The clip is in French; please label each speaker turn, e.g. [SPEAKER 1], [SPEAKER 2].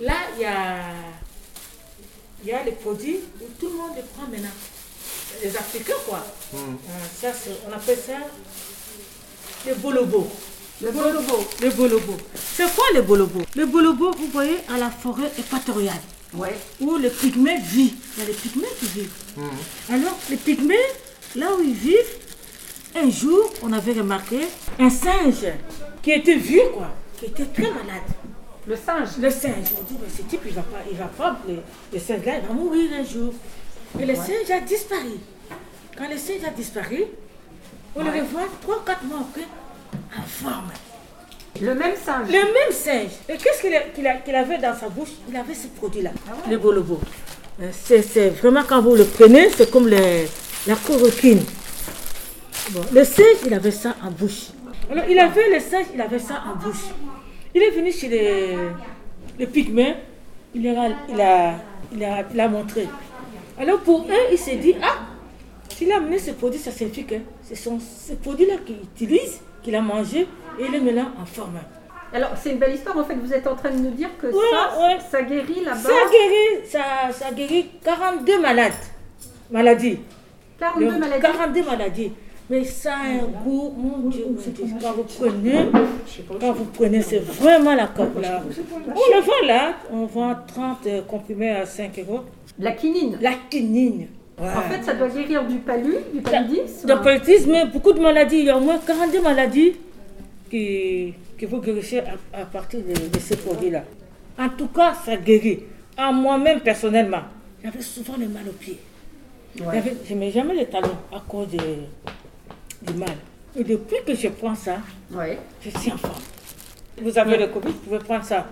[SPEAKER 1] Là, il y a, il y a les produits où tout le monde les prend maintenant. Les Africains, quoi. Ah, ça, c'est- on appelle ça le bolobo.
[SPEAKER 2] Le bolobo.
[SPEAKER 1] Le bolobo. C'est quoi le bolobo Le bolobo, vous voyez, à la forêt équatoriale,
[SPEAKER 2] Ouais.
[SPEAKER 1] où le pygmée vit. Il y a les pygmées qui vivent. Alors, les pygmées, là où ils vivent, un jour, on avait remarqué un singe qui était vieux, quoi, qui était très malade.
[SPEAKER 2] Le singe.
[SPEAKER 1] Le singe, on dit, mais ce type, il va pas, il va pas, le, le singe là, il va mourir un jour. Et le singe a disparu. Quand le singe a disparu, on le revoit 3-4 mois après, en forme.
[SPEAKER 2] Le même singe.
[SPEAKER 1] Le même singe. Et qu'est-ce qu'il a- qu'il a- qu'il avait dans sa bouche Il avait ce produit-là, le bolobo. Euh, C'est c'est vraiment quand vous le prenez, c'est comme le- la coroquine. Bon, le singe, il avait ça en bouche. Alors, il avait le singe, il avait ça en bouche. Il est venu chez les, les pygmées, il leur a, il, a, il, a, il a montré. Alors, pour eux, il s'est dit Ah, s'il a amené ce produit, ça signifie que ce sont ces produits-là qu'il utilise, qu'il a mangé, et il les met là en forme.
[SPEAKER 2] Alors, c'est une belle histoire. En fait, vous êtes en train de nous dire que
[SPEAKER 1] Ouais,
[SPEAKER 2] ça,
[SPEAKER 1] ouais.
[SPEAKER 2] ça guérit la
[SPEAKER 1] Ça
[SPEAKER 2] bas
[SPEAKER 1] guérit, ça, ça guérit 42 malades, maladies.
[SPEAKER 2] 42
[SPEAKER 1] Le-
[SPEAKER 2] maladies.
[SPEAKER 1] 42 maladies. Mais ça a un goût, mon Dieu, mon Dieu. Quand vous prenez, quand vous prenez, c'est vraiment la coque là. On le vend là, on vend 30 euh, comprimés à 5 euros.
[SPEAKER 2] La quinine.
[SPEAKER 1] La quinine.
[SPEAKER 2] En fait, ça doit guérir du palu, du paludisme.
[SPEAKER 1] Le paludisme, beaucoup de maladies, il y a au moins 42 maladies qui, que vous guérissez à, à partir de, de ces produits-là. En tout cas, ça guérit. À moi-même, personnellement, j'avais souvent le mal aux pieds. J'avais- Je ne mets jamais les talons à cause de- du mal. Et depuis que je prends ça,
[SPEAKER 2] Ouais.
[SPEAKER 1] je suis en forme. Vous avez le Covid, vous pouvez prendre ça.